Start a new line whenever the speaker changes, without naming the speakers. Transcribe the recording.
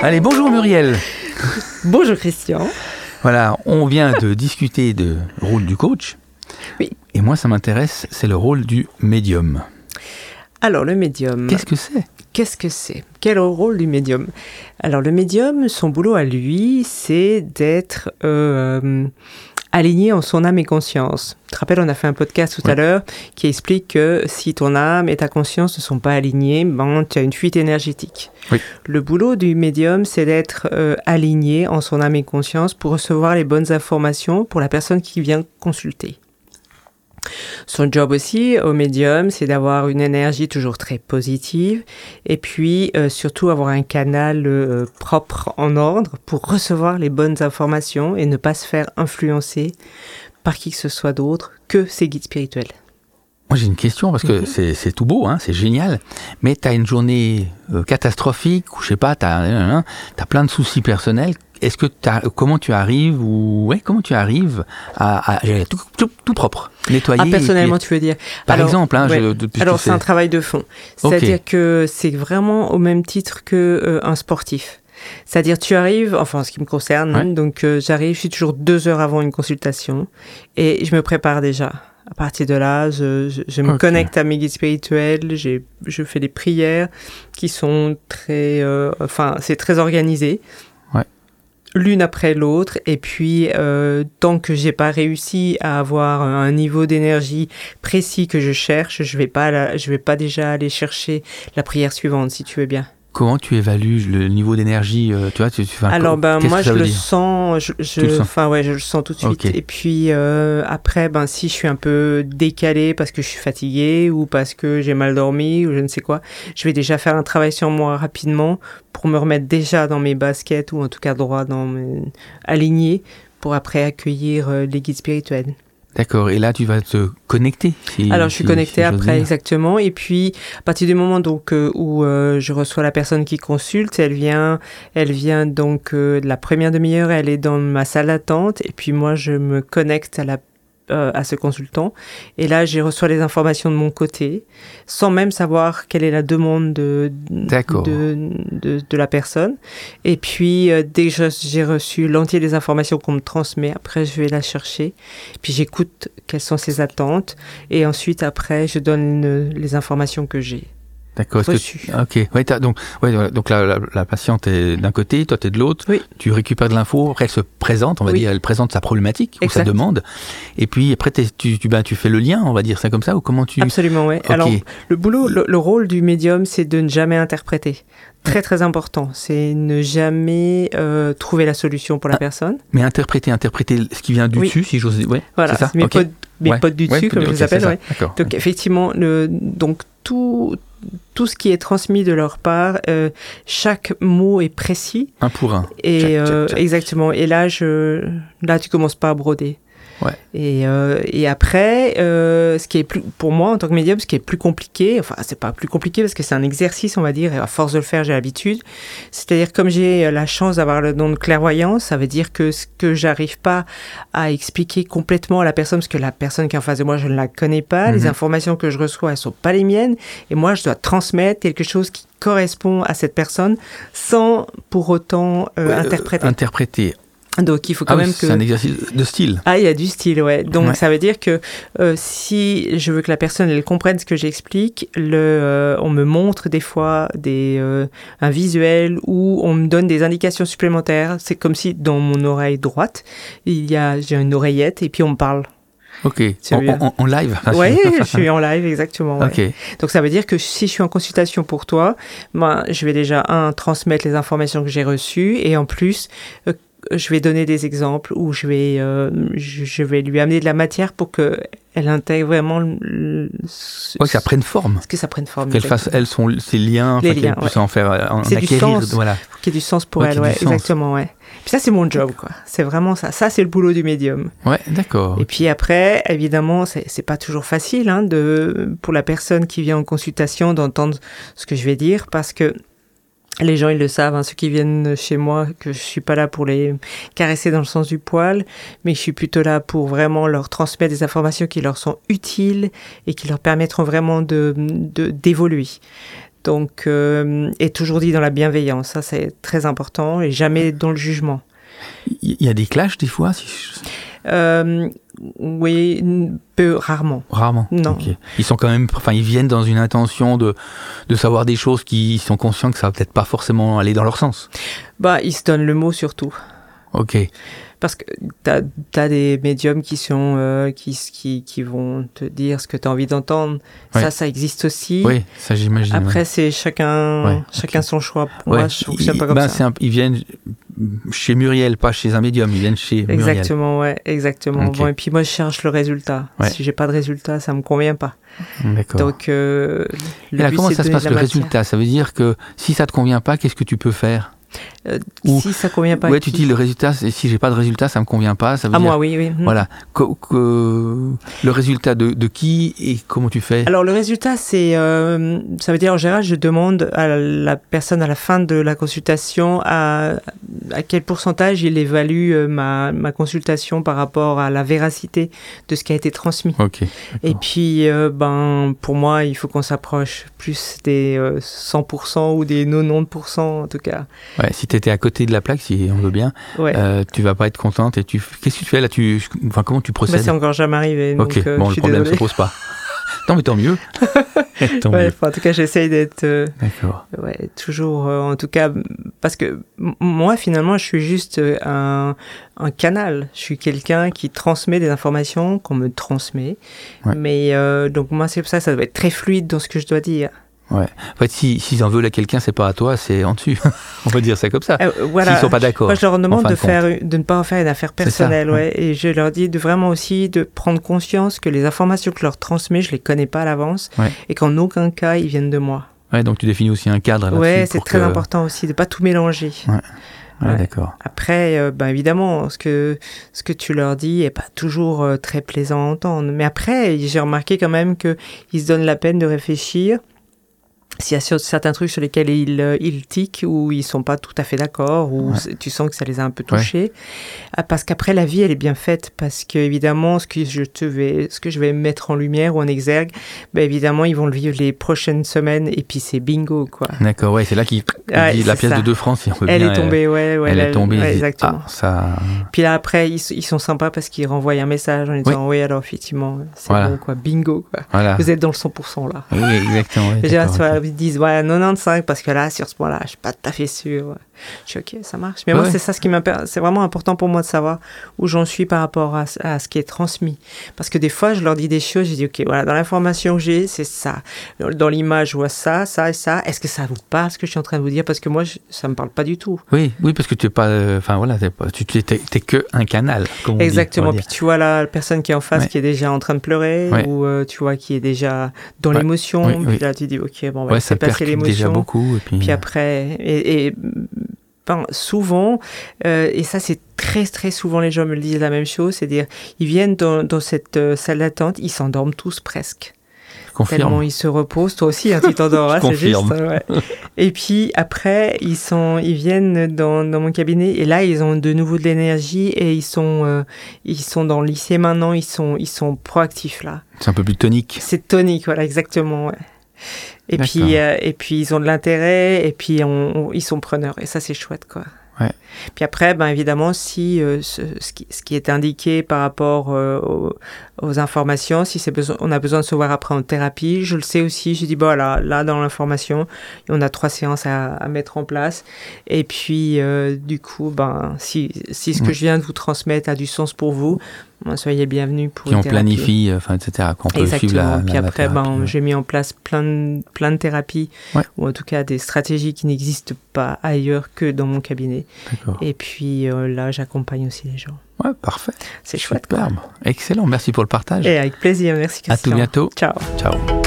Allez, bonjour Muriel.
Bonjour Christian.
Voilà, on vient de discuter de rôle du coach.
Oui.
Et moi, ça m'intéresse, c'est le rôle du médium.
Alors le médium,
Qu'est-ce que c'est
qu'est-ce que c'est Quel est le rôle du médium Alors le médium, son boulot à lui, c'est d'être euh, aligné en son âme et conscience. Tu te rappelles, on a fait un podcast tout à
Ouais.
l'heure qui explique que si ton âme et ta conscience ne sont pas alignées, ben, tu as une fuite énergétique.
Oui.
Le boulot du médium, c'est d'être euh, aligné en son âme et conscience pour recevoir les bonnes informations pour la personne qui vient consulter. Son job aussi au médium, c'est d'avoir une énergie toujours très positive et puis euh, surtout avoir un canal euh, propre en ordre pour recevoir les bonnes informations et ne pas se faire influencer par qui que ce soit d'autre que ses guides spirituels.
Moi, j'ai une question parce
Mhm.
que c'est- c'est tout beau, hein, c'est génial. Mais t'as une journée euh, catastrophique ou je sais pas, t'as as, plein de soucis personnels. Est-ce que t'as- comment tu arrives ou ouais, comment tu arrives à, à gérer tout, tout- tout propre, nettoyer
Ah,
et-
personnellement, tu veux dire
par
Alors,
exemple, hein,
ouais.
je- depuis que
Alors c'est
c'est-
un travail de fond.
Ok.
C'est-à-dire que c'est vraiment au même titre que euh, un sportif. C'est-à-dire tu arrives, enfin en ce qui me concerne, hein,
Ouais.
donc euh, j'arrive, je suis toujours deux heures avant une consultation et je me prépare déjà. À partir de là, je, je- je me
Ok.
connecte à mes guides spirituels, j'ai- je fais des prières qui sont très, euh, enfin c'est très organisé.
Ouais.
L'une après l'autre, et puis euh, tant que j'ai pas réussi à avoir un niveau d'énergie précis que je cherche, je vais pas la- je vais pas déjà aller chercher la prière suivante si tu veux bien.
Comment tu évalues le niveau d'énergie euh, Tu vois, tu, tu fais un-
Alors ben
qu'est-ce que
moi
ça
je
veut
le
dire
sens, je, je-
Tu le sens.
enfin ouais je le sens tout de suite.
Ok.
Et puis euh, après ben si je suis un peu décalé parce que je suis fatigué ou parce que j'ai mal dormi ou je ne sais quoi, je vais déjà faire un travail sur moi rapidement pour me remettre déjà dans mes baskets ou en tout cas droit dans mes... aligné pour après accueillir euh, les guides spirituels.
D'accord. Et là, tu vas te connecter. si-
Alors, je suis
si-
connectée
si j'ose
après,
dire.
exactement. Et puis, à partir du moment donc euh, où euh, je reçois la personne qui consulte, elle vient, elle vient donc euh, de la première demi-heure, elle est dans ma salle d'attente, et puis moi, je me connecte à la euh, à ce consultant. Et là, j'ai reçois les informations de mon côté, sans même savoir quelle est la demande de,
D'accord.
de, de, de la personne. Et puis, euh, dès que je- j'ai reçu l'entier des informations qu'on me transmet, après, je vais la chercher. Puis, j'écoute quelles sont ses attentes. Et ensuite, après, je donne euh, les informations que j'ai
D'accord. est-ce que-
reçues.
Ok. Ouais, t'as- donc, ouais, voilà, donc la, la- la patiente est d'un côté, toi t'es de l'autre.
Oui.
Tu récupères de l'info. Après, elle se présente. On va
Oui.
dire, elle présente sa problématique ou sa
Exact.
demande. Et puis après, t'es- tu, tu, ben, tu fais le lien. On va dire ça comme ça. Ou comment tu
Absolument, ouais.
Ok.
Ah, Alors, le boulot, le, le rôle du médium, c'est de ne jamais interpréter. Très, très important. C'est ne jamais euh, trouver la solution pour la
Ah.
personne.
Mais interpréter, interpréter ce qui vient du
Oui.
dessus, si j'ose dire. Ouais.
Voilà,
C'est ça
c'est mes,
Ok.
potes, mes
Ouais.
potes du
Ouais,
dessus, comme
ok,
je les
c'est
appelle,
ça.
ouais.
D'accord.
Donc effectivement, le, donc tout, tout ce qui est transmis de leur part, euh, chaque mot est précis
Un pour un.
et
Tchac, tchac,
euh,
tchac.
exactement. Et là, je, là, tu commences pas à broder.
Ouais.
Et, euh, et après, euh, ce qui est plus, pour moi en tant que médium, ce qui est plus compliqué, enfin c'est pas plus compliqué parce que c'est un exercice, on va dire, et à force de le faire, j'ai l'habitude. C'est-à-dire comme j'ai euh, la chance d'avoir le don de clairvoyance, ça veut dire que ce que j'arrive pas à expliquer complètement à la personne, parce que la personne qui est en face de moi, je ne la connais pas, les
Mhm.
informations que je reçois, elles sont pas les miennes, et moi je dois transmettre quelque chose qui correspond à cette personne sans pour autant euh,
Ouais, euh,
interpréter.
Interpréter.
Donc il faut quand
Ah oui,
même que
c'est un exercice de style.
ah, il y a du style, ouais. Donc
Ouais.
ça veut dire que euh, si je veux que la personne elle comprenne ce que j'explique, le, euh, on me montre des fois des, euh, un visuel ou on me donne des indications supplémentaires. C'est comme si dans mon oreille droite, il y a j'ai une oreillette et puis on me parle.
Ok.
C'est
En,
bien.
en- en live. enfin,
Ouais,
Ah, c'est-
je suis en live exactement. ouais.
Ok.
Donc ça veut dire que si je suis en consultation pour toi, ben, je vais déjà, un, transmettre les informations que j'ai reçues et en plus, euh, je vais donner des exemples où je vais, euh, je, je vais lui amener de la matière pour que elle intègre vraiment le- le- ce-
Ouais, que ça prenne forme.
ce que ça prenne forme.
Qu'elle fasse, elle, son, ses liens,
Les
enfin, qu'elle
liens,
puisse en faire, euh, en
C'est du
acquérir,
sens.
voilà.
exactement. Qu'il y ait du sens pour
Ouais,
elle,
qu'il y ait
ouais,
du sens.
exactement, ouais. Puis ça, c'est mon job, quoi. C'est vraiment ça. Ça, c'est le boulot du médium.
Ouais, d'accord.
Et puis après, évidemment, c'est c'est pas toujours facile hein, de, pour la personne qui vient en consultation d'entendre ce que je vais dire parce que les gens, ils le savent, hein, ceux qui viennent chez moi, que je suis pas là pour les caresser dans le sens du poil, mais je suis plutôt là pour vraiment leur transmettre des informations qui leur sont utiles et qui leur permettront vraiment de de- d'évoluer. Donc, euh, et toujours dit dans la bienveillance, ça c'est très important, et jamais dans le jugement.
Il y a des clashs des fois si je-
Euh, oui, n- peu rarement.
Rarement.
Non.
Ok. Ils sont quand même, enfin, ils viennent dans une intention de, de savoir des choses qui ils sont conscients que ça va peut-être pas forcément aller dans leur sens.
Bah, ils se donnent le mot surtout.
Ok.
Parce que t'as as des médiums qui sont euh, qui, s- qui qui vont te dire ce que t'as envie d'entendre.
Ouais.
Ça, ça existe aussi.
Oui, ça j'imagine.
Après, c'est chacun
Ouais,
chacun son choix. Pour
ouais.
Moi, je fonctionne
Ils-
pas comme
ben, c'est
ça.
un- ils viennent chez Muriel, pas chez un médium. Ils viennent chez Muriel.
Exactement, ouais, exactement.
Ok.
Bon, et puis moi, je cherche le résultat.
Ouais.
Si j'ai pas de résultat, ça me convient pas.
D'accord.
Donc, euh,
Et
le
là,
but,
comment
c'est
ça se
de donner
passe
de
le
la matière.
résultat Ça veut dire que si ça te convient pas, qu'est-ce que tu peux faire Ou-
Si ça convient pas. à
Ouais, tu
qui
dis le résultat. c'est- Si j'ai pas de résultat, ça me convient pas. Ça veut
À
dire
moi, oui, oui. Hmm.
voilà Co- que- le résultat de, de qui et comment tu fais.
Alors le résultat, c'est, euh, ça veut dire en général, je demande à la personne à la fin de la consultation à, à quel pourcentage il évalue euh, ma, ma consultation par rapport à la véracité de ce qui a été transmis.
Ok.
Et puis, euh, ben, pour moi, il faut qu'on s'approche plus des euh, 100% ou des 90% en tout cas.
Ouais, si t'étais à côté de la plaque, si on veut bien,
Ouais.
euh, tu vas pas être contente et tu. Qu'est-ce que tu fais là Tu, enfin, comment tu
Moi,
procèdes
Bah, c'est encore jamais arrivé, donc
Ok,
euh,
bon,
je
le
suis
problème se
désolée.
pose pas. non, mais tant mieux. tant
Ouais,
mieux.
enfin, en tout cas, j'essaye d'être euh,
D'accord.
Ouais, toujours, euh, en tout cas, m- parce que m- moi, finalement, je suis juste euh, un, un canal. Je suis quelqu'un qui transmet des informations qu'on me transmet.
Ouais.
Mais euh, donc, moi, c'est pour ça, ça doit être très fluide dans ce que je dois dire.
En fait, si s'ils en veulent à quelqu'un, c'est pas à toi, c'est en dessus. on va dire ça comme ça.
Euh, voilà.
Ah, S'ils sont pas d'accord.
Moi, je leur demande
fin
de,
de compte.
faire, une- de ne pas en faire une affaire
C'est ça,
personnelle, ouais. Et je leur dis de vraiment aussi de prendre conscience que les informations que je leur transmets, je les connais pas à l'avance
Ouais.
et qu'en aucun cas, ils viennent de moi.
Ouais, donc tu définis aussi un cadre. là-dessus
ouais, c'est
pour
très
que-
important aussi de pas tout mélanger.
Ouais,
Ouais.
D'accord.
Après, euh, bah, évidemment, ce que, ce que tu leur dis est pas toujours euh, très plaisant à entendre. Mais après, j'ai remarqué quand même que ils se donnent la peine de réfléchir s'il y a sur- certains trucs sur lesquels ils, euh, ils tiquent ou ils sont pas tout à fait d'accord ou
Ouais.
c'est- tu sens que ça les a un peu
Ouais.
touchés. Ah, Parce qu'après, la vie, elle est bien faite parce que, évidemment, ce que je, te vais, ce que je vais mettre en lumière ou en exergue, bah, évidemment, ils vont le vivre les prochaines semaines et puis c'est bingo, quoi.
D'accord, ouais, c'est là qu'il
Ouais,
dit la
c'est
pièce
ça.
de 2 francs, si on veut
Elle
bien,
est tombée, ouais, ouais.
euh, Elle,
la-
est tombée.
ouais,
il dit,
exactement.
Ah, ça.
Puis là, après, ils, s- ils sont sympas parce qu'ils renvoient un message en disant Oui, alors effectivement, c'est
Voilà.
bon, quoi, bingo, quoi.
Voilà.
Vous êtes dans le 100% là.
Oui, exactement. ouais,
Et là,
d'accord,
soit
ok.
ils disent Ouais, 95 parce que là, sur ce point-là, je suis pas tout à fait sûr. Je suis OK, ça marche. Mais
Ouais,
moi,
ouais.
c'est ça ce qui m'intéresse. C'est vraiment important pour moi de savoir où j'en suis par rapport à, ce- à ce qui est transmis. Parce que des fois, je leur dis des choses, je dis OK, voilà, dans l'information que j'ai, c'est ça. Dans- Dans l'image, je vois ça, ça et ça. Est-ce que ça vous parle ce que je suis en train de vous dire Parce que moi, je- ça me parle pas du tout.
Oui, oui, parce que tu es pas, euh, enfin voilà, t'es pas- tu tu- t'es t'es que un canal. Comme on dit, on
Exactement.
va
Puis
dire.
tu vois la personne qui est en face
Ouais.
qui est déjà en train de pleurer
Ouais.
ou euh, tu vois qui est déjà dans
Ouais.
l'émotion.
Oui,
Puis
oui.
là, tu dis ok, bon, on va
Ouais,
laisser
ça
passer
percute déjà
l'émotion.
beaucoup. Et puis,
Puis après, et, et, ben, souvent, euh, et ça c'est très très souvent les gens me le disent la même chose, c'est dire ils viennent dans, dans cette euh, salle d'attente, ils s'endorment tous presque.
je confirme.
Tellement ils se reposent, toi aussi hein, tu t'endors,
Je
hein, c'est juste.
confirme.
hein, ouais. Et puis après, ils, sont, ils viennent dans, dans mon cabinet et là, ils ont de nouveau de l'énergie et ils sont, euh, ils sont dans le lycée maintenant, ils sont, ils sont proactifs là.
C'est un peu plus tonique.
C'est tonique, voilà, exactement. ouais. Et,
D'accord.
puis, euh, et puis, ils ont de l'intérêt et puis on- on- ils sont preneurs et ça, c'est chouette quoi.
Ouais.
Puis après, ben évidemment, si euh, ce, ce qui, ce qui est indiqué par rapport euh, aux, aux informations, si c'est besoin, on a besoin de se voir après en thérapie, je le sais aussi. Je dis bon là, là dans l'information, on a trois séances à, à mettre en place. Et puis euh, du coup, ben si, si ce que
Ouais.
je viens de vous transmettre a du sens pour vous, ben, soyez bienvenus pour
Puis on
une thérapie.
planifie, euh, enfin, etc. Qu'on peut suivre
Exactement.
la. la-
Puis
la
après,
thérapie,
ben,
ouais.
j'ai mis en place plein de, plein de thérapies,
Ouais.
ou en tout cas des stratégies qui n'existent pas ailleurs que dans mon cabinet.
D'accord.
Et puis euh, là, j'accompagne aussi les gens.
Ouais, parfait.
C'est chouette. quoi.
Superbe. Excellent. Merci pour le partage.
Et avec plaisir.
À
Merci,
tout
Christian.
bientôt.
Ciao.
Ciao.